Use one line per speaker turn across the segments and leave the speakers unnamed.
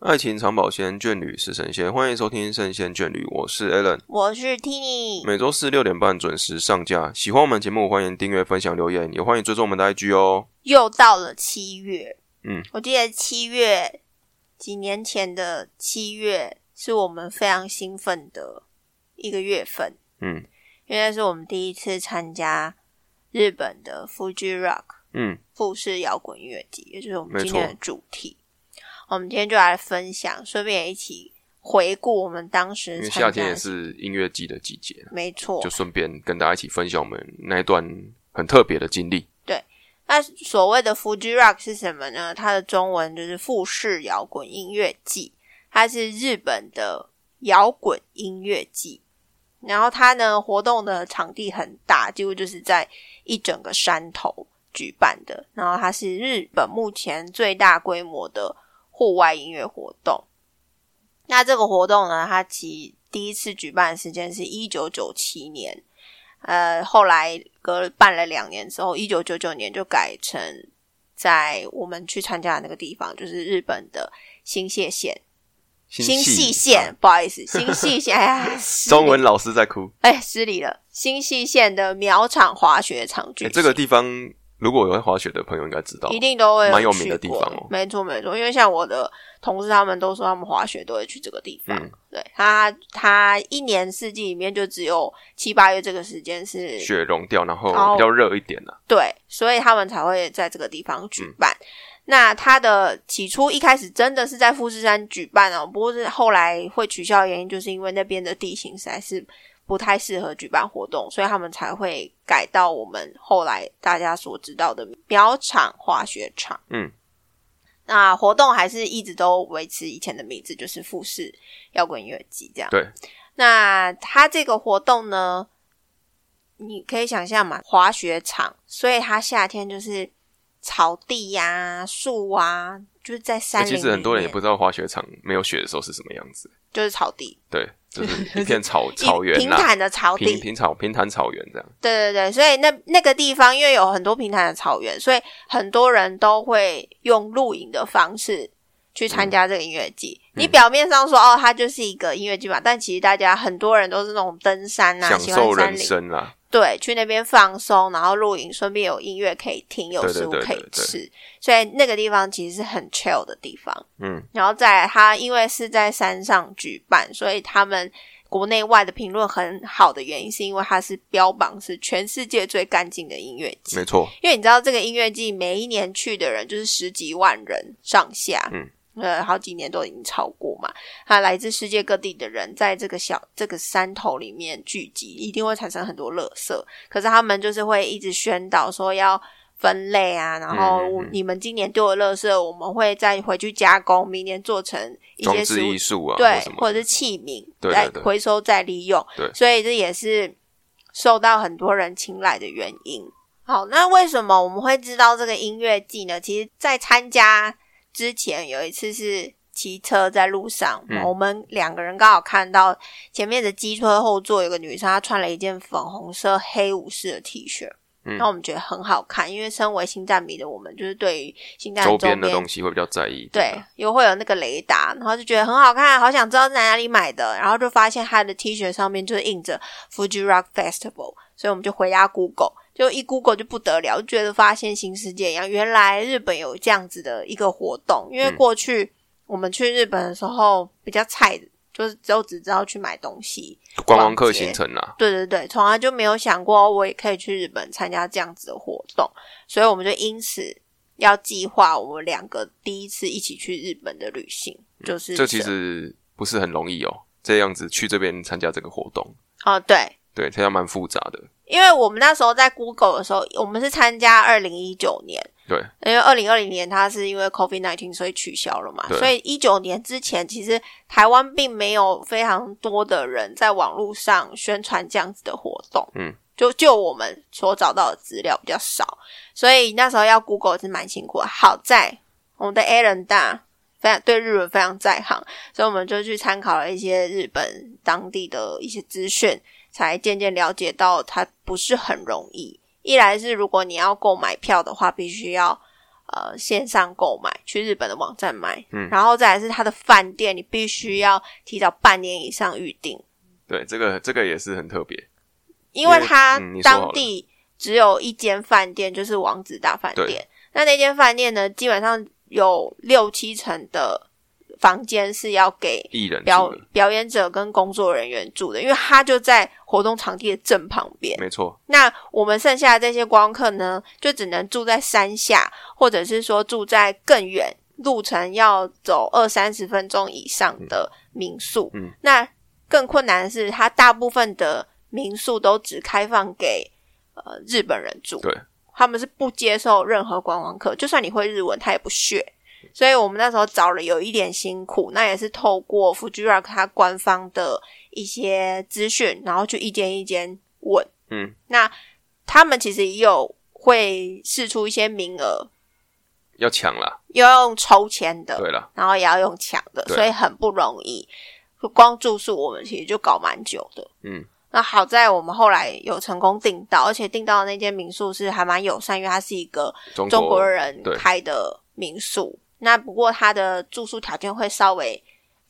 爱情长保鲜，眷侣是神仙。欢迎收听《圣仙眷侣》，我是 Alan，
我是 Tini，
每周四六点半准时上架。喜欢我们节目，欢迎订阅、分享、留言，也欢迎追踪我们的 IG 哦。
又到了七月。
嗯，
我记得七月几年前的七月是我们非常兴奋的一个月份，
嗯
因为那是我们第一次参加日本的 Fuji Rock
嗯，
富士摇滚乐季，也就是我们
没
今天
错
的主题。我们今天就来分享，顺便也一起回顾我们当
因
时
为
参加
夏天也
的
是音乐季的季节，
没错
就，顺便跟大家一起分享我们那一段很特别的经历。
那所谓的 Fuji Rock 是什么呢？它的中文就是富士摇滚音乐季，它是日本的摇滚音乐季。然后它呢，活动的场地很大，几乎就是在一整个山头举办的。然后它是日本目前最大规模的户外音乐活动。那这个活动呢，它其第一次举办的时间是一九九七年，呃，后来隔办了两年之后，一九九九年就改成在我们去参加的那个地方，就是日本的新泻县。新泻县，不好意思，新泻县，哎呀，失礼
中文老师在哭。
哎，失礼了。新泻县的苗场滑雪场
哎
举行、
这个地方如果有在滑雪的朋友应该知道，
一定都会
蛮有名
去
的地
过
方哦
没错没错，因为像我的同事他们都说他们滑雪都会去这个地方。
嗯
对他，他一年四季里面就只有七八月这个时间是
雪融掉，然后
哦
比较热一点啊啦。
对，所以他们才会在这个地方举办。那它的起初一开始真的是在富士山举办哦，不过是后来会取消的原因，就是因为那边的地形实在是不太适合举办活动，所以他们才会改到我们后来大家所知道的苗场滑雪场。
嗯，
那活动还是一直都维持以前的名字，就是富士摇滚乐季这样。
对，
那它这个活动呢，你可以想象嘛，滑雪场，所以它夏天就是草地呀、树啊，就是在山
哎
林里
其实
面、
很多人也不知道滑雪场没有雪的时候是什么样子。
就是草地，
对，就是一片 草
一
草原啊
平
啦，
坦的草地，
平平草平坦草原这样。
对对对，所以那那个地方因为有很多平坦的草原，所以很多人都会用露营的方式去参加这个音乐季。
嗯
你表面上说哦，它就是一个音乐季嘛，但其实大家很多人都是那种登山啊，
享
喜欢
受
山
人
林，
生啊啦，
对，去那边放松，然后露营，顺便有音乐可以听，有
对对
食物
对
可以
对对
吃，所以那个地方其实是很 chill 的地方。
嗯，
然后再来，它因为是在山上举办，所以他们国内外的评论很好的原因，是因为它是标榜是全世界最干净的音乐季
没。错，
因为你知道这个音乐季每一年去的人就是十几万人上下，
嗯，
呃，好几年都已经超过嘛。它来自世界各地的人在这个小这个山头里面聚集，一定会产生很多垃圾。可是他们就是会一直宣导说要分类啊，然后
嗯嗯嗯
你们今年丢的垃圾，我们会再回去加工，明年做成一
装
些
置
食物
艺术啊，
对
或什，么
或者是器皿，
对对
再
对
回收再利用，
对
所以这也是受到很多人青睐的原因。好，那为什么我们会知道这个音乐季呢？其实，在参加之前有一次是骑车在路上，
嗯
我们两个人刚好看到前面的机车后座有个女生，她穿了一件粉红色黑武士的 T 恤，
嗯
那我们觉得很好看，因为身为星战迷的我们，就是对于星战
周
周
边的东西会比较在意一点
对
啊。，
又会有那个雷达，然后就觉得很好看，好想知道在哪里买的，然后就发现他的 T 恤上面就是印着 Fuji Rock Festival，所以我们就回家 Google，就一 Google 就不得了，就觉得发现新世界一样，原来日本有这样子的一个活动，因为
嗯
过去我们去日本的时候比较菜的，就是只有只知道去买东西，
观光客
逛街
行程啊啦，
对对对，从来就没有想过哦我也可以去日本参加这样子的活动，所以我们就因此要计划我们两个第一次一起去日本的旅行，就是
嗯这其实不是很容易哦。这样子去这边参加这个活动，
哦对，
对，参加蛮复杂的。
因为我们那时候在 Google 的时候，我们是参加二零一九年，
对，
因为二零二零年它是因为 COVID nineteen 所以取消了嘛，
对
所以一九年之前其实台湾并没有非常多的人在网络上宣传这样子的活动，
嗯，
就就我们所找到的资料比较少，所以那时候要 Google 是蛮辛苦的。好在我们的 Alan 大非常对日文非常在行，所以我们就去参考了一些日本当地的一些资讯，才渐渐了解到它不是很容易。一来是如果你要购买票的话，必须要呃线上购买，去日本的网站买，
嗯
然后再来是它的饭店，你必须要提早半年以上预定，
对，这个这个也是很特别，
因为
因为
它
嗯你说好了
当地只有一间饭店，就是王子大饭店。那那间饭店呢，基本上有六七成的房间是要给
艺人
表
住的，
表演者跟工作人员住的，因为它就在活动场地的正旁边。
没错，
那我们剩下的这些观光客呢，就只能住在山下，或者是说住在更远，路程要走二三十分钟以上的民宿。
嗯嗯
那更困难的是，它大部分的民宿都只开放给呃日本人住，
对，
他们是不接受任何观光客，就算你会日文，他也不屑。所以我们那时候找了有一点辛苦，那也是透过 Fuji Rock 它官方的一些资讯，然后去一间一间问。
嗯，
那他们其实也有会试出一些名额，
要抢啦，
要用抽签的，
对啦，
然后也要用抢的，
对
所以很不容易。光住宿我们其实就搞蛮久的。
嗯，
那好在我们后来有成功订到，而且订到的那间民宿是还蛮友善，因为它是一个
中
中国
国
人
对
开的民宿。那不过它的住宿条件会稍微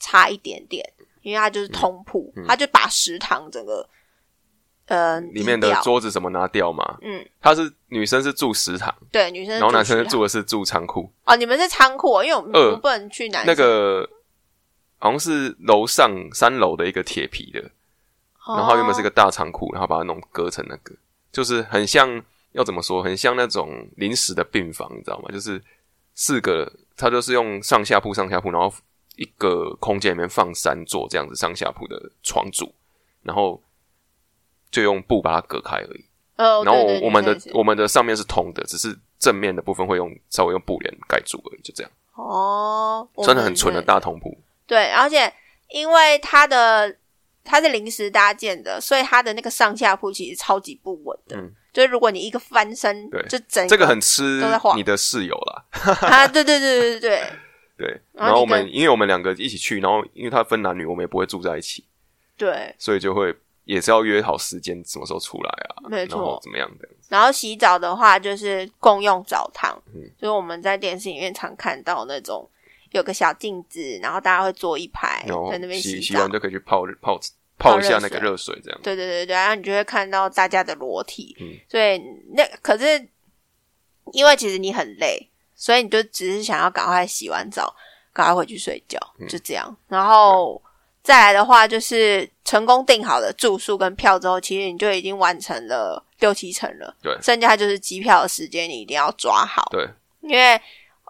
差一点点，因为它
嗯
就是通铺，它就把食堂整个呃
里面
移
的
掉
桌子什么拿掉嘛，
嗯，
他是女生是住食堂，
对女生是
然后男生
嗯食
是
堂
住的是住仓库，
哦，你们是仓库哦，因为我们
呃
我们不能去男生
那个好像是楼上三楼的一个铁皮的，
哦
然后它原本是一
个
个大仓库，然后把它弄割成那个，就是很像要怎么说，很像那种临时的病房，你知道吗？就是四个，它就是用上下铺、上下铺，然后一个空间里面放三座这样子上下铺的床组，然后就用布把它隔开而已。
呃，
然后
对对
我我们的
女生也是
我们的上面是通的，只是正面的部分会用稍微用布帘盖住而已，就这样，
哦，我
真的
们
很
是
纯的大通铺。
对，而且因为它的它是临时搭建的，所以它的那个上下铺其实超级不稳的，
嗯
就是如果你一个翻身，
对
就整
这个很吃
都在晃
你的室友啦，
啊，对对对对对对，
对，
然后
然后我
你跟
们因为我们两个一起去，然后因为他分男女，我们也不会住在一起，
对，
所以就会也是要约好时间什么时候出来啊，
没
然后
错。
怎么样的，
然后洗澡的话，就是共用澡堂，
嗯
就是我们在电视里面常看到那种有个小镜子，然后大家会坐一排
然后
哎在那边
洗
洗
洗
澡
完。就可以去泡泡泡一下
热
那个
水
热水，这样
对对对对，然后你就会看到大家的裸体，
嗯
所以那可是因为其实你很累，所以你就只是想要赶快洗完澡，赶快回去睡觉，
嗯
就这样。然后再来的话，就是成功订好的住宿跟票之后，其实你就已经完成了六七成了，
对
剩下就是机票的时间你一定要抓好，
对，
因为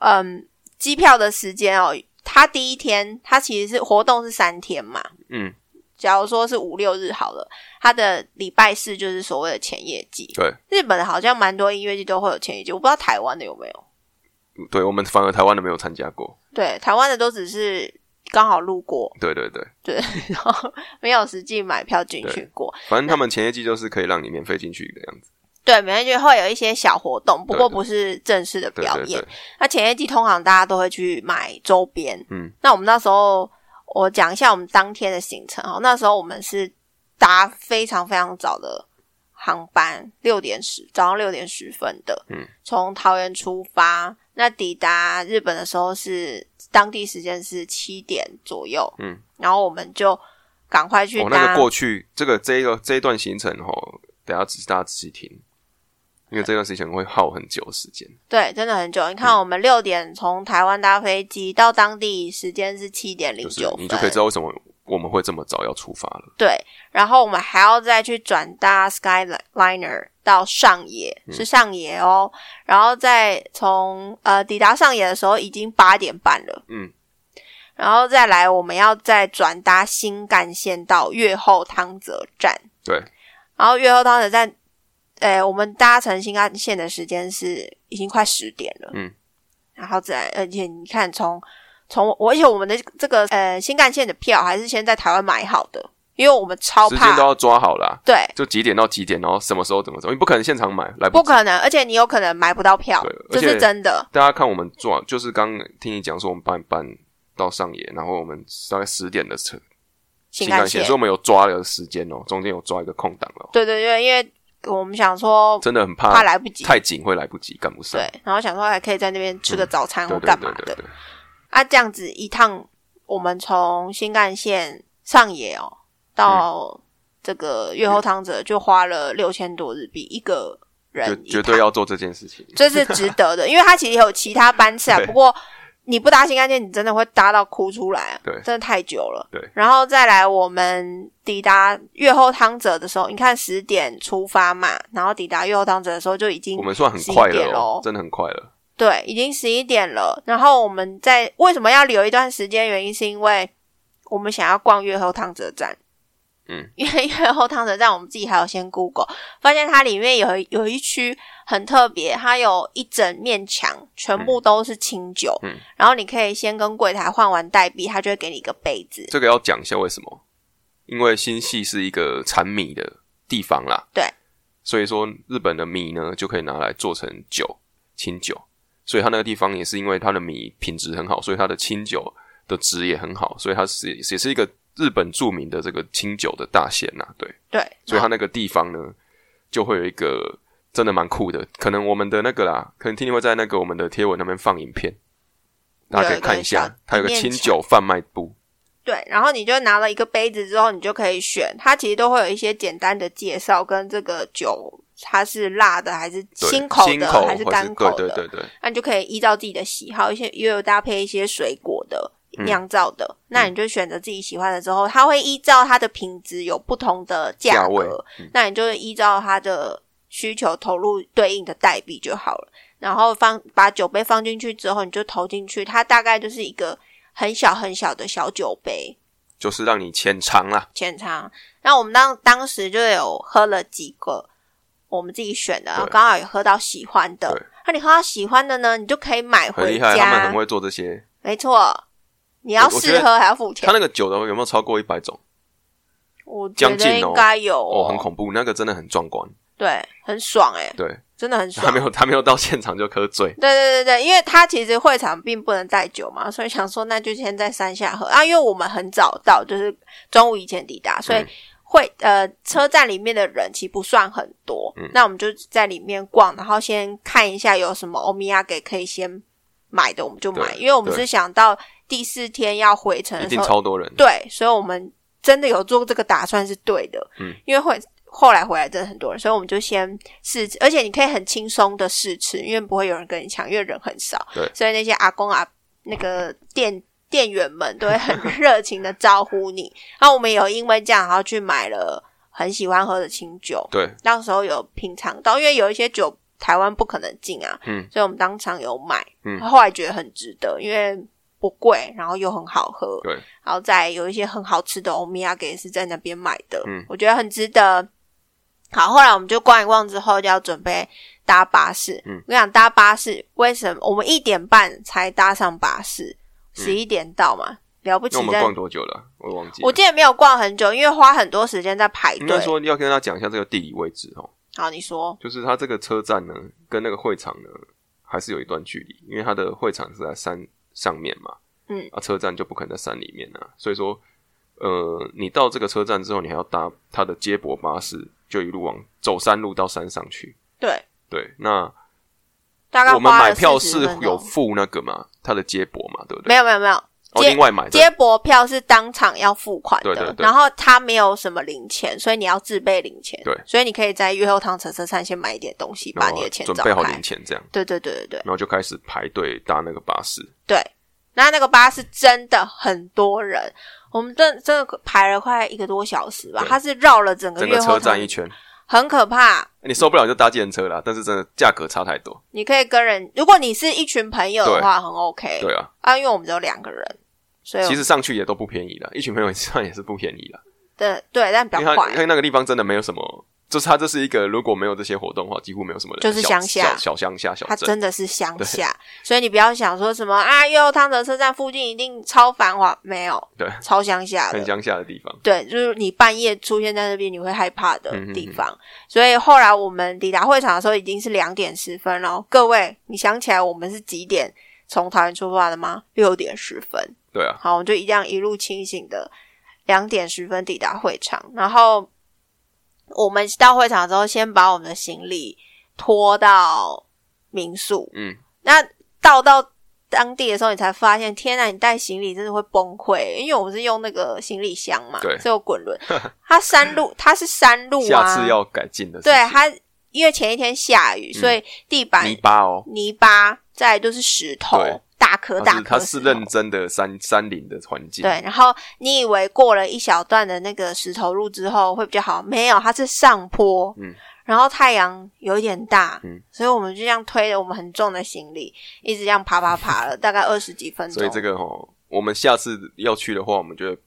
嗯，机票的时间哦，它第一天它其实是活动是三天嘛，
嗯，
假如说是五六日好了，它的礼拜四就是所谓的前夜祭。
对，
日本好像蛮多音乐季都会有前夜祭，我不知道台湾的有没有。
嗯对我们反而台湾的没有参加过，
对，台湾的都只是刚好路过，
对对对，
对，然后没有实际买票进去过。
反正他们前一季就是可以让你免费进去的样子，
对，每天就会有一些小活动，不
对
过
对
不是正式的
对
表
对
演
对。，
那前夜季通常大家都会去买周边，
嗯，
那我们那时候我讲一下我们当天的行程哦。那时候我们是搭非常非常早的航班，六点十早上六点十分的，
嗯，
从桃园出发，那抵达日本的时候是当地时间是七点左右，
嗯，
然后我们就赶快去
哦，那
搭，
个过去这个这一个这一段行程哦，等一下仔细大家仔细听，因为这段时间会耗很久的时间，
对，真的很久。你看，
嗯
我们六点从台湾搭飞机到当地时间是七点零
就是
九分，
你就可以知道为什么我们会这么早要出发了，
对，然后我们还要再去转搭 Skyliner 到上野，是上野哦。然后再从呃抵达上野的时候已经八点半了，
嗯，
然后再来我们要再转搭新干线到越后汤泽站，
对，
然后越后汤泽站，呃，我们搭乘新干线的时间是已经快十点了，
嗯，
然后再来而且你看从从我，而且我们的这个呃新干线的票还是先在台湾买好的，因为我们超
时间
怕
都要抓好啦。
对。
就几点到几点，然后什么时候怎么走，你不可能现场买，来
不
及。
可能，而且你有可能买不到票
对，
这
而
是
且
真的。
大家看我们抓，就是刚听你讲说我们八点半到上野，然后我们大概十点的车
新
干
干线
所以，我们有抓了时间哦，中间有抓一个空档哦。
对对对，因为我们想说
真的很
怕
怕
来不及，
太紧会来不及，赶不上。
对，然后想说还可以在那边吃个早餐或
对对
干嘛
对对
的
对，
啊。这样子一趟，我们从新干线上野哦
嗯
到这个月后汤泽就花了六千多日币一个人
对，
一
绝绝对
趟
要做这件事情。
这是值得的，因为它其实也有其他班次啊。
对
不过你不搭新干线，你真的会搭到哭出来、啊，
对
真的太久了。
对，
然后再来我们抵达月后汤泽的时候，你看十点出发嘛，然后抵达月后汤泽的时候就已经
我们算很快
11点
了
咯
哦，真的很快了。
对，已经十一点了。然后我们在为什么要留一段时间？原因是因为我们想要逛月后汤泽站。
嗯，
因为月后汤泽站，我们自己还有先 Google，发现它里面有一有一区很特别，它有一整面墙全部都是清酒，
嗯
然后你可以先跟柜台换完代币，他就会给你一个杯子，
这个要讲一下为什么？因为新系是一个产米的地方啦，
对，
所以说日本的米呢就可以拿来做成酒，清酒。所以它那个地方也是因为它的米品质很好，所以它的清酒的质也很好，所以它是也是一个日本著名的这个清酒的大县呐、对，
对，
所以它那个地方呢就会有一个真的蛮酷的，可能我们的那个啦，可能听天会在那个我们的贴文那边放影片，大家可以看一
有一
下
个小，
它有个清酒贩卖部，
对，然后你就拿了一个杯子之后，你就可以选，它其实都会有一些简单的介绍，跟这个酒它是辣的还是
对
新口
新
的
口
还是干口
对
的，
对对对，
那你就可以依照自己的喜好，一些也有搭配一些水果的
嗯
酿造的，那你就选择自己喜欢的之后，它会依照它的品质有不同的价
价位嗯
格，那你就依照它的需求投入对应的代币就好了。然后放把酒杯放进去之后，你就投进去，它大概就是一个很小很小的小酒杯，
就是让你浅尝啦，
浅尝。那我们当当时就有喝了几个我们自己选的，然后
对
刚好有喝到喜欢的
对。
那你喝到喜欢的呢，你就可以买
很
回
厉害，他们很
家。
会做这些。
没错，你要
我我觉
试
得
喝还要付钱
他。那个酒的有没有超过一百种？
我觉
将近
得
哦
应该有
哦，很恐怖，那个真的很壮观。
对，很爽哎、
对，
真 的很爽
他。没有他没有到现场就喝醉，
对对对对，因为他其实会场并不能带酒嘛，所以想说那就先在山下喝啊。因为我们很早到，就是中午以前抵达，所以
嗯
会呃车站里面的人其实不算很多。
嗯
那我们就在里面逛，然后先看一下有什么欧米亚给可以先买的，我们就买，
对
因为我们
对
是想到第四天要回程
一
的
定
时候，
超多人。
对，所以我们真的有做这个打算是对的。
嗯，
因为会。后来回来真的很多人，所以我们就先试吃，而且你可以很轻松的试吃，因为不会有人跟你抢，因为人很少。
对
所以那些阿公啊，那个店店员们都会很 热情的招呼你。然后我们有因为这样，然后去买了很喜欢喝的清酒，
对，
那时候有品尝到，因为有一些酒台湾不可能进啊，
嗯，
所以我们当场有买，
嗯
后来觉得很值得，因为不贵，然后又很好喝，
对，
然后再有一些很好吃的欧米亚给是在那边买的，
嗯
我觉得很值得。好，后来我们就逛一逛之后，就要准备搭巴士。
嗯
我跟你讲，搭巴士为什么我们一点半才搭上巴士，十一点到嘛，了不起
嗯那我们
在
逛多久了？我忘记了。
我记得没有逛很久，因为花很多时间在排
应该
队。
说要跟他讲一下这个地理位置哦，
好，你说
就是它这个车站呢，跟那个会场呢，还是有一段距离，因为它的会场是在山上面嘛，
嗯，
啊，车站就不可能在山里面啊，所以说，呃，你到这个车站之后，你还要搭它的接驳巴士，就一路往走山路到山上去。
对，
对，那
大概
我们
花了
买票
40
是
分钟
有付那个嘛，它的接驳嘛，对不对？
没有没有没有
哦，
接
另外买的
接驳票是当场要付款的，
对对对
然后他没有什么零钱，所以你要自备零钱。
对
所以你可以在月后堂车车站先买一点东西，把
然后
你的钱
准
找
备好
开
零。钱这样，
对对对对对
然后就开始排队搭那个巴士。
对。那那个巴士真的很多人，我们真真的排了快一个多小时吧，
对
它是绕了整个
整
月
个
后
车
堂
站一，圈，哎
很可怕。
你受不了就搭计程车啦，但是真的价格差太多。
你可以跟人，如果你是一群朋友的
对
话，很 OK。
对啊，
啊，因为我们只有两个人，所以
其实上去也都不便宜啦，一群朋友上也是不便宜啦，
对对，但比
因
较
为它
快啊
因。为那个地方真的没有什么，就是它这是一个如果没有这些活动的话，几乎没有什么人，
就是乡
小
下
小小乡下小
它
镇，
真的是乡下，所以你不要想说什么啊，悠悠汤泽车站附近一定超繁华，没有，
对，
超乡下
很
的。
乡下的地方。
对，就是你半夜出现在那边，你会害怕的
嗯嗯嗯
地方。所以后来我们抵达会场的时候，已经是两点十分了。各位，你想起来我们是几点从桃园出发的吗？六点十分。
对啊，
好，我们就一样一路清醒的，两点十分抵达会场，然后我们到会场之后，先把我们的行李拖到民宿。
嗯，
那到到当地的时候，你才发现，天呐，你带行李真的会崩溃，因为我们是用那个行李箱嘛，
对
是有滚 轮。它山路，它是山路
下
啊，
次要改进的事
对啊
情。
它，因为前一天下雨，所以地板
泥巴哦，
泥巴，再来就是石头
对，
大颗
它
大
是
颗
它
石头。
是认真的山山林的环境。
对，然后你以为过了一小段的那个石头路之后会比较好，没有，它是上坡，
嗯，
然后太阳有一点大，
嗯，
所以我们就这样推着我们很重的行李，一直这样爬爬爬了大概二十几分钟，
所以这个哦，我们下次要去的话，我们就会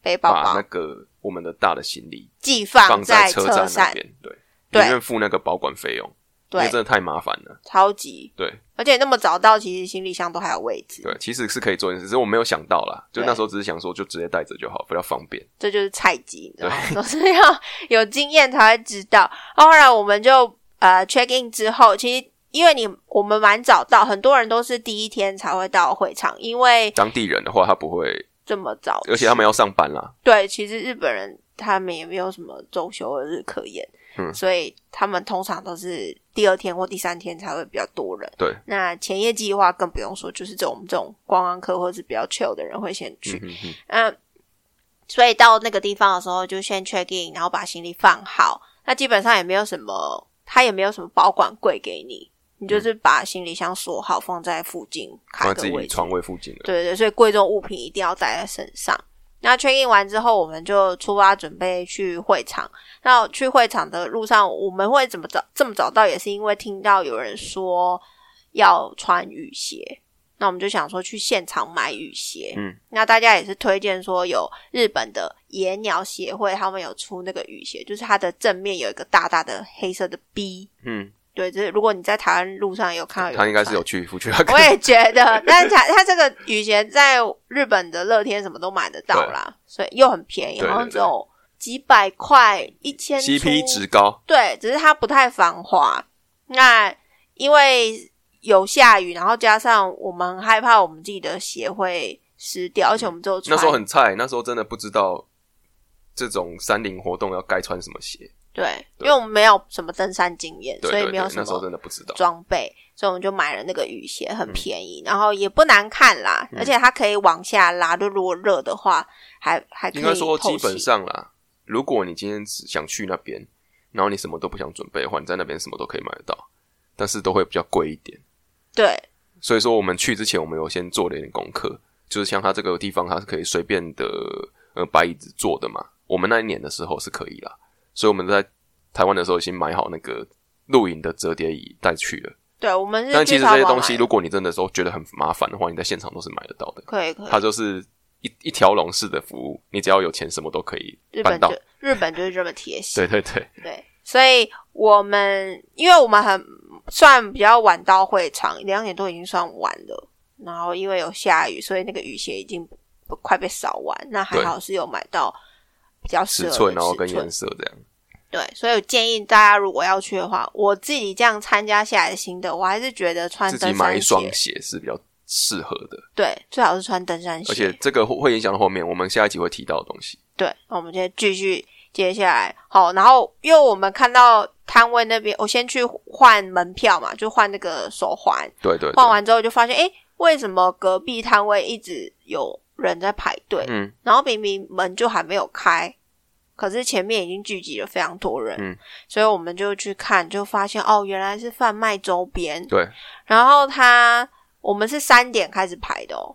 背包
把那
包
个我们的大的行李
寄放
放在
车
站那
上，
边，对，
对
宁愿付那个保管费用，因为
对，
真的太麻烦了。
超级，
对
而且那么早到，其实行李箱都还有位置，
对，其实是可以做，只是我没有想到啦，就
对
那时候只是想说，就直接带着就好，比较方便。
这就是菜鸡，你知道吗？ 都是要有经验才会知道。然后后来我们就呃 check in 之后，其实因为你我们蛮早到，很多人都是第一天才会到会场，因为
当地人的话，他不会，
这么早，
而且他们要上班啦，
对，其实日本人他们也没有什么周休二日可言，
嗯
所以他们通常都是第二天或第三天才会比较多人。
对，
那前夜计划更不用说，就是这种我们这种观光客或者是比较 chill 的人会先去。
嗯嗯
嗯，所以到那个地方的时候，就先 check in，然后把行李放好。那基本上也没有什么，他也没有什么保管柜给你，你就是把行李箱锁好，放在附近开
嗯放
个
在自
位
己
置。
床位附近的，
对对对，所以贵重物品一定要带在身上。那 check in 完之后，我们就出发准备去会场。那去会场的路上，我们会怎么找这么早到，也是因为听到有人说要穿雨鞋，那我们就想说去现场买雨鞋。
嗯，
那大家也是推荐说有日本的野鸟协会，他们有出那个雨鞋，就是它的正面有一个大大的黑色的 B。
嗯，
对，就是如果你在台湾路上有看到有人
他应该
穿
是有去福去 那
我也觉得，但是它它这个雨鞋在日本的乐天什么都买得到啦，所以又很便宜，
对对
好像只有几百块，一千
CP
出
值高，
对，只是它不太防滑。那因为有下雨，然后加上我们很害怕我们自己的鞋会湿掉，而且我们只有穿
那时候很菜，那时候真的不知道这种山林活动要该穿什么鞋，
对，因
对
为我们没有什么登山经验，
对
所
对
以
对，
没有什
那时候
么
真的嗯不知道，
装备，所以我们就买了那个雨鞋，很便宜，然后也不难看啦，
嗯
而且它可以往下拉，就如果热的话，还还可以
应该说
透
基本
气
上啦，如果你今天只想去那边，然后你什么都不想准备的话，你在那边什么都可以买得到，但是都会比较贵一点。
对
所以说我们去之前，我们有先做了一点功课，就是像它这个地方，它是可以随便的呃摆椅子坐的嘛。我们那一年的时候是可以啦，所以我们在台湾的时候已经买好那个露营的折叠椅带去了。
对，我们是
但其
去
实
淘
这些
宝
东西，
买的
如果你真的时候觉得很麻烦的话，你在现场都是买得到的。
可以可以，
它就是一一条龙式的服务，你只要有钱，什么都可以
日
办
本
到
就。日本就是这么贴
对
心，
对对，
对，所以我们因为我们很算比较晚到会场，两点多已经算晚了，然后因为有下雨，所以那个雨鞋已经不快被扫完，那还
对
好是有买到比较适合
尺
的
寸然后
尺
跟
寸
颜色这样。
对，所以我建议大家如果要去的话，我自己这样参加下来的心得，我还是觉得穿
自己
登
买一
山
双
鞋，
鞋是比较适合的，
对，最好是穿登山
而且
鞋。
这个会会影响到后面我们下一集会提到的东西。
对，那我们先继续接下来，好，然后因为我们看到摊位那边，我先去换门票嘛，就换那个手环，
对对
换
对，
完之后就发现，诶，为什么隔壁摊位一直有人在排队？
嗯，
然后明明门就还没有开，可是前面已经聚集了非常多人，
嗯
所以我们就去看，就发现哦，原来是贩卖周边。
对，
然后他我们是三点开始排的哦，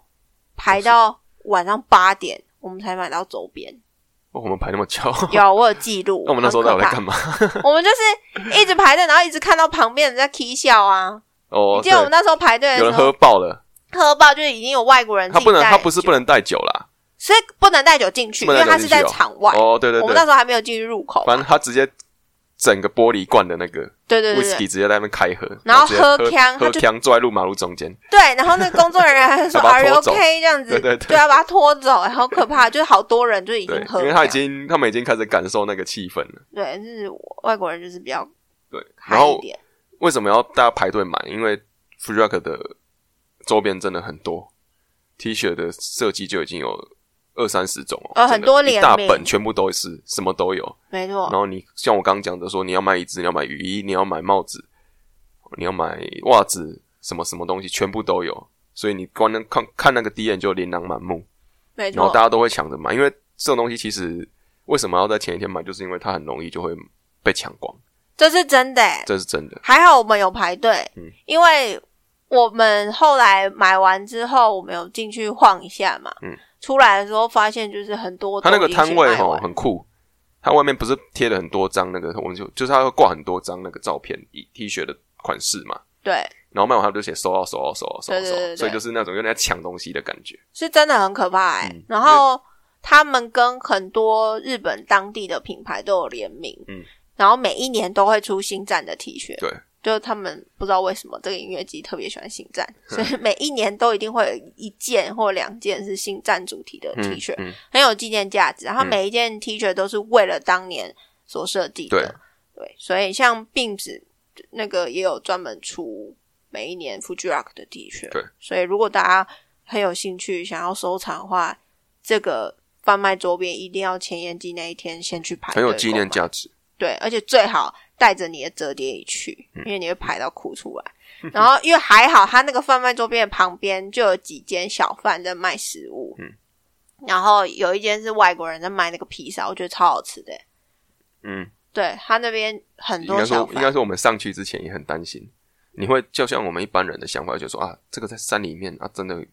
排到晚上八点我们才买到周边。
哦我们排那么久，
有我有记录，
那我们那时候到底在干
嘛？
嘛？
我们就是一直排队，然后一直看到旁边人在 k 笑啊。
哦
你，记
对
得我，们那时候排队的
有
时
人
候，
喝爆了，
喝爆就是已经有外国人
他不能，
自己带
他不是
酒
不能带酒啦。
所以不能带酒进去，
不
因
能
为
带酒
他是在
进去
场外。
哦，对对
我们
对
那，时候还没有进入入口嘛，
反正他直接整个玻璃罐的那个
对对对
whisky
对
直接在那边开喝，
然后
直接
喝
喝
呛他
喝
就
腔坐在路马路中间，
对，然后那个工作人员还说
要把
“Are
他
you
拖走
OK” 这样子，
对对对
要把他拖走，哎好可怕，就是好多人就已经
对，
喝
因为
了这样，
他已经他们已经开始感受那个气氛了，
对，就是外国人就是比较
对，
嗨
然后
一点，
为什么要大家排队买？因为 f r e e r o c k 的周边真的很多，T 恤的设计就已经有二三十种哦，
呃
真的
很多哦联
一大
名
本全部都是什么都有。
没
然
错，
后你像我刚刚讲的说，你要买椅子，你要买雨衣，你要买帽子，你要买袜子，什么什么东西全部都有。所以你光能看看那个 D N 就琳琅满目，
没
然后
错
大，家都会抢着买，因为这种东西其实为什么要在前一天买，就是因为它很容易就会被抢光，
这是真的欸。
这是真的。
还好我们有排队，
嗯
因为我们后来买完之后，我们有进去晃一下嘛，
嗯
出来的时候发现就是很多
它那个
都已经
摊位
卖
哈
完
很酷，它外面不是贴了很多张那个，我们就就是它会挂很多张那个照片以 T 恤的款式嘛，
对，
然后卖完它就写收到收到收到收到
对
收
对对
到，
对
所以就是那种有点在抢东西的感觉。
是真的很可怕哎、
嗯
然后他们跟很多日本当地的品牌都有联名，
嗯
然后每一年都会出星战的 T 恤，
对，
就他们不知道为什么这个音乐季特别喜欢星战，
嗯
所以每一年都一定会有一件或两件是星战主题的 T 恤，
嗯嗯
很有纪念价值。然后
嗯
每一件 T 恤都是为了当年所设计的，对所以像 Beams 那个也有专门出每一年 Fuji Rock 的 T 恤，
对，
所以如果大家很有兴趣想要收藏的话，这个贩卖周边一定要前年季那一天先去排
很
队购买，
有纪念价值。
对，而且最好带着你的折叠椅去，
嗯
因为你会排到哭出来。然后，因为还好，他那个贩卖周边的旁边就有几间小贩在卖食物，
嗯
然后有一间是外国人在卖那个披萨，我觉得超好吃的。欸
嗯，
对他那边很
应
多
该
小
说应
贩
该，说我们上去之前也很担心，你会就像我们一般人的想法，就说啊，这个在山里面啊，真的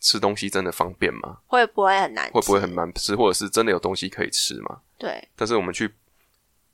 吃东西真的方便吗？
会不会很难吃？
会不会很难吃，或者是真的有东西可以吃吗？
对？
但是我们去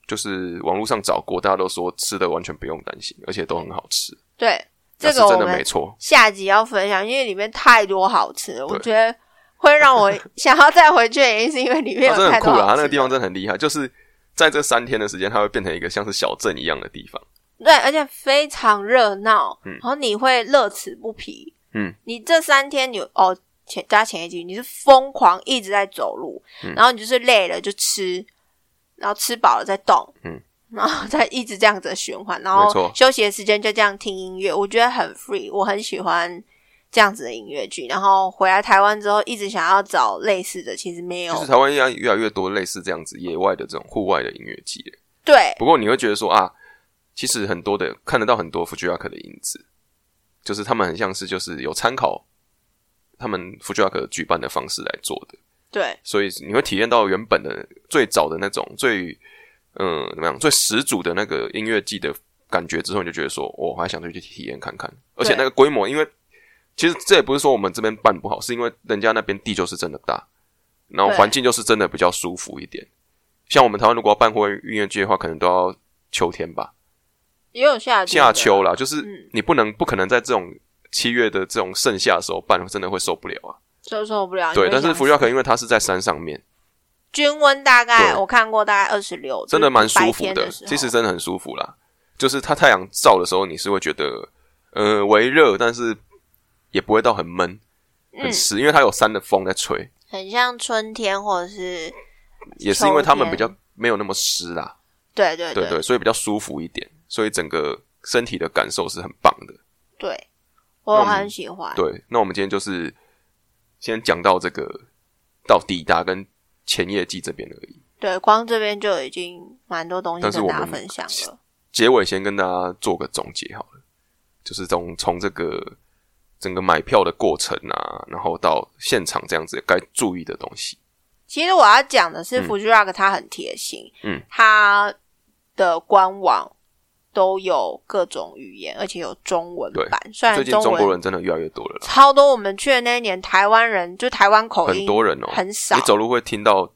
就是网络上找过，大家都说吃的完全不用担心，而且都很好吃。
对，
那
这
是
个我
真的没
们
错，
下集要分享，因为里面太多好吃了，我
对
觉得会让我 想要再回去的原因是因为里面
它啊真的
有
很
太
酷
多
啦，它那
好吃
个
的
地方真的很厉害，就是在这三天的时间，它会变成一个像是小镇一样的地方。
对，而且非常热闹，
嗯
然后你会乐此不疲。
嗯，
你这三天你哦前加前一集你是疯狂一直在走路，
嗯
然后你就是累了就吃，然后吃饱了再动，
嗯，
然后再一直这样子的循环，然
没
后
错
休息的时间就这样听音乐，我觉得很 free，我很喜欢。这样子的音乐剧，然后回来台湾之后，一直想要找类似的，其实没有
就是。台湾越来越来越多类似这样子野外的这种户外的音乐季了。
对
不过你会觉得说啊，其实很多的看得到很多 Fujirock 的影子，就是他们很像是就是有参考他们 Fujirock 举办的方式来做的。
对
所以你会体验到原本的最早的那种最嗯怎么样最始祖的那个音乐季的感觉之后，你就觉得说，哦我还想去体验看看。而且那个规模，因为其实这也不是说我们这边办不好，是因为人家那边地就是真的大，然后
对
环境就是真的比较舒服一点。像我们台湾如果要办户外音乐季的话，可能都要秋天吧，
也有下集的
夏秋啦，就是
嗯
你不能不可能在这种七月的这种盛夏的时候办，真的会受不了啊。
受受不了。
对，
你会
但是
想
福瑞克因为它是在山上面。
均温大概
对
我看过大概二十六，
真
就
的
是
蛮舒
白
服
天
的，
的时候。
其实真的很舒服啦。就是它太阳照的时候，你是会觉得呃微热，但是也不会到很闷、很
嗯
湿，因为它有山的风在吹，
很像春天或者是
也是因为他们比
秋
较没有那么湿啦，
对对
对
对
所以比较舒服一点，所以整个身体的感受是很棒的。
对我很喜欢。
对，那我们今天就是先讲到这个到抵达跟前夜季这边而已，
对，光这边就已经蛮多东西
但是
跟
我
大家
们
分享了。
结尾先跟大家做个总结好了，就是从从这个整个买票的过程啊，然后到现场这样子该注意的东西。
其实我要讲的是
嗯
f u j i r o c 它很贴心，
嗯，
它的官网都有各种语言，而且有中文
对
版。虽然
最近中
文
国人真的越来越多了啦，
超多，我们去的那一年，台湾人就台湾口音
很多人哦、
很少，
你走路会听到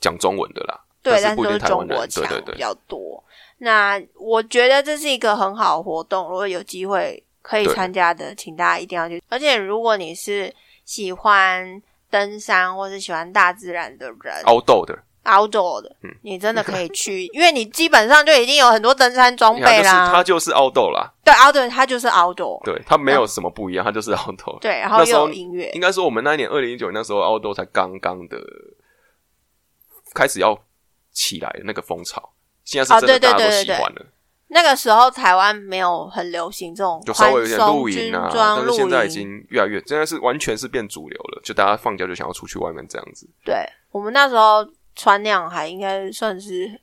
讲中文的啦，
对，
但
但
是不一
都
定
是
台湾
中
人对
国，
对
腔比
对，
较多。那我觉得这是一个很好的活动，如果有机会可以
对
参加的，请大家一定要去。而且如果你是喜欢登山或是喜欢大自然的人、
凹豆的，
outdoor 的
哦嗯，
你真的可以去，因为你基本上就已经有很多登山装
你看
备
就是它
啦。
就是凹豆啦，
对 outdoor，它就是 outdoor，
对，它没有什么不一样，它就是凹豆。
嗯对，然后
那时候
又有音乐，
应该说我们那一年二零一九那时候凹豆才刚刚的开始要起来的那个风潮，现在
哦
是真的
对对
大家都
哦对对
喜欢了。
那个时候台湾没有很流行这种
就稍微有点
宽松
露营啊
军，装
但是
露
现在已
营
经越来越，真的是完全是变主流了，就大家放假就想要出去外面这样子，
对我们那时候穿那样还应该算是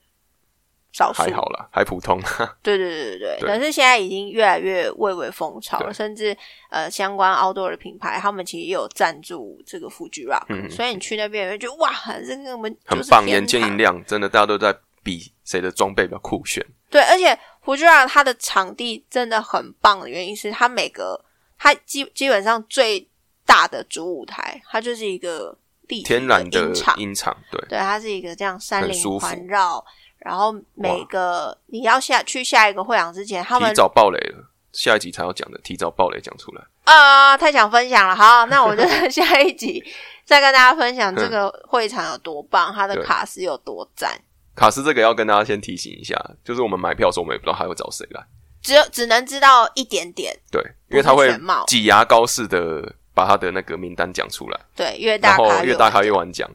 少数
还，好啦，还普通。
对对对对对。
对
但是现在已经越来越蔚为风潮了，
对
甚至呃相关 outdoor 的品牌，他们其实也有赞助这个 Fuji Rock，、
嗯
所以你去那边你会觉得哇，这个我们
很
就是
棒，
天
眼见
堂
一亮，真的大家都在比谁的装备比较酷炫。
对，而且胡志尔它的场地真的很棒的原因是，它每个它基基本上最大的主舞台，它就是一个立体
天然的
音场，
音场，对，
对，它是一个这样山
很
林
舒服
环绕。然后每
哇
个你要下去下一个会场之前，他们
提早爆雷了，下一集才要讲的，提早爆雷讲出来。
啊，太想分享了。好，那我就 下一集再跟大家分享这个会场有多棒，它
嗯
的
对
卡司有多赞。
卡斯这个要跟大家先提醒一下，就是我们买票的时候，我们也不知道他会找谁来，
只有只能知道一点点，
对，因为他会
全貌
挤牙膏似的把他的那个名单讲出来，
对，越
然
大
后
咖
越大
玩
咖越晚讲。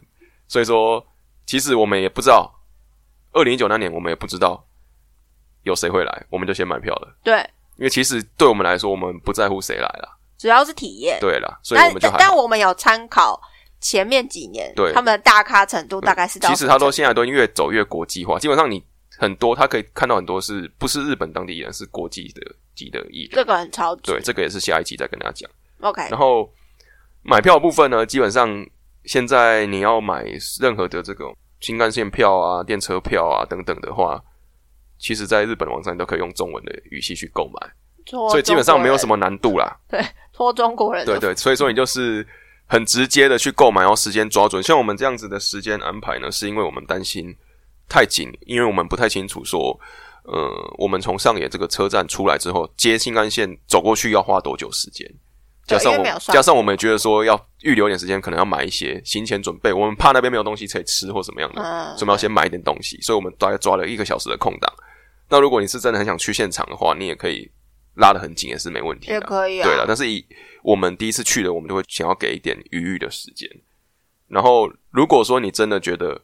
所以说，其实我们也不知道，二零一九那年我们也不知道有谁会来，我们就先买票了。
对，
因为其实对我们来说，我们不在乎谁来啦，
主要是体验。
对啦，所以我
但
们就
但
还
但
好
我们有参考前面几年，
对嗯
他们的大咖程度大概是到
其实他都
什么程
现在都越走越国际化，基本上你很多他可以看到很多是不是日本当地艺人，是国际的级的艺
度
人。
这个很超值。
对，这个也是下一集再跟大家讲。
OK，
然后买票的部分呢，基本上现在你要买任何的这种新干线票啊、电车票啊等等的话，其实在日本网站都可以用中文的语系去购买，
所
所以基本上没有什么难度啦。
拖中国人的
对对，所以说你就是很直接的去购买，然后时间抓准。像我们这样子的时间安排呢，是因为我们担心太紧，因为我们不太清楚说，呃，我们从上野这个车站出来之后，接新干线走过去要花多久时间？
对
加上
因为
我
没有算
加上我们也觉得说要预留一点时间，可能要买一些行前准备，我们怕那边没有东西可以吃或什么样的，
嗯
所以我们要先买一点东西。所以我们大概抓了一个小时的空档。那如果你是真的很想去现场的话，你也可以拉得很紧，也是没问题的。
也可以啊
对了，但是以我们第一次去的，我们就会想要给一点余裕的时间。然后，如果说你真的觉得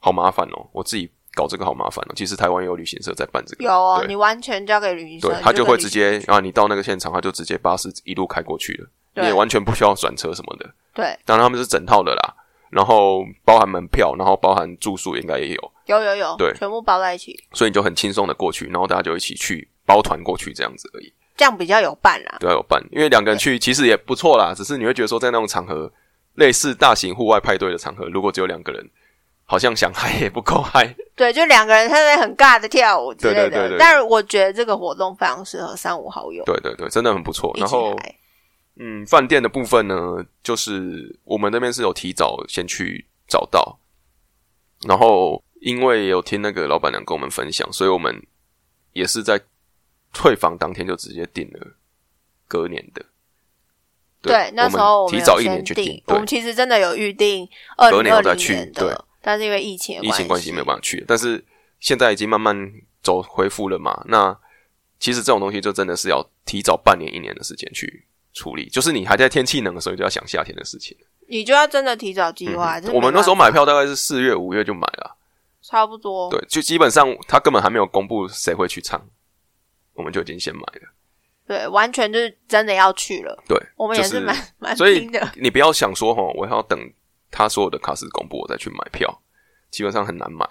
好麻烦哦，我自己搞这个好麻烦哦，其实台湾有旅行社在办这个，
有哦，
对
你完全交给旅行社，
对
你
他就
跟
会
旅
直
行
接啊，你到那个现场，他就直接巴士一路开过去了，
对
你也完全不需要转车什么的。
对，
当然他们是整套的啦，然后包含门票，然后包含住宿应该也有，
有有有，
对
全部包在一起，
所以你就很轻松的过去，然后大家就一起去包团过去这样子而已，
这样比较有伴啦。
都要有伴。因为两个人去其实也不错啦，只是你会觉得说在那种场合，类似大型户外派对的场合，如果只有两个人，好像想嗨也不够 嗨。
对，就两个人在那边很尬的跳舞之类
对
的。
对对对
但是我觉得这个活动非常适合三五好友
对对对，真的很不错。
一
然
起
后
来。
嗯，饭店的部分呢，就是我们那边是有提早先去找到，然后因为有听那个老板娘跟我们分享，所以我们也是在退房当天就直接订了隔年的。
对，那时候
我
们
们
有
提早一
先
年去
订
订，，
我
对
们，其实真的有预定二
隔
零
年
二
要再
零
去
年
对
的，但是因为疫情的
疫情关系没有办
法。
法去，但是现在已经慢慢走恢复了嘛。那其实这种东西就真的是要提早半年一年的时间去处理，就是你还在天气冷的时候，你就要想夏天的事情。
你就要真的提早计划。
嗯
啊这没
我们那时候
办法哦
买票大概是四月、五月就买了，
差不多，
对，就基本上他根本还没有公布谁会去唱，我们就已经先买了。
对，完全就是真的要去了。
对，
我们也是
就是
蛮蛮
所以
拼的，
你不要想说哈，我要等他所有的卡司公布我再去买票，基本上很难买。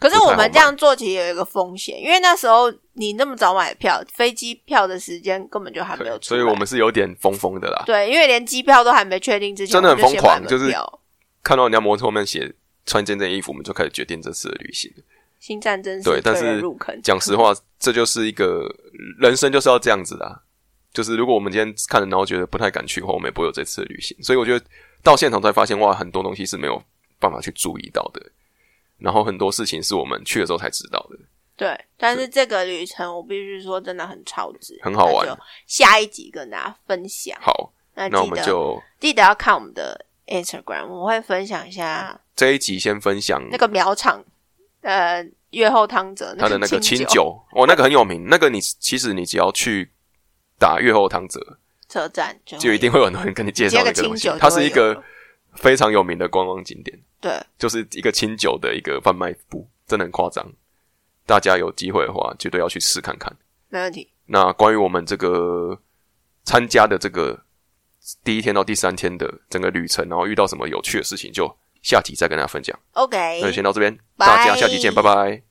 可是
不太
我
好
们这样做其实有一个风险，因为那时候你那么早买票，飞机票的时间根本就还没
对，
有出
所
来。
以我们是有点疯疯的啦。
对，因为连机票都还没确定之前，
真的很
我们先
疯狂
买了
就是
票
看到人家摩托后面写穿这件衣服，我们就开始决定这次的旅行。
新战争
对但
推人
是
入坑，
讲实话，这就是一个人生就是要这样子的啊、就是如果我们今天看了，然后觉得不太敢去的话，我们也不会有这次的旅行。所以我觉得到现场才发现，哇，很多东西是没有办法去注意到的，然后很多事情是我们去的时候才知道的。
对，但是这个旅程我必须说真的很超值，
很好玩
那就下一集跟大家分享，
好，
那
那我
记
们
得
就
记得要看我们的 Instagram，我会分享一下
这一集先分享
那个苗场，呃，月后汤泽
他的那
那
个清
清
酒，哦，那个很有名，那个你其实你只要去打月后汤泽，
车站就
就
会
一定会有很多人跟你介绍
接
那
个
个
清
东西
酒，，
它是一
就
个
会
非常有名的观光景点。
有对
就是一个清酒的一个贩卖部，真的很夸张。大家有机会的话，绝对要去试看看。
没问题。
那关于我们这个参加的这个第一天到第三天的整个旅程，然后遇到什么有趣的事情，就下集再跟大家分享。
OK，
那就先到这边，大家
拜
下集见，拜拜。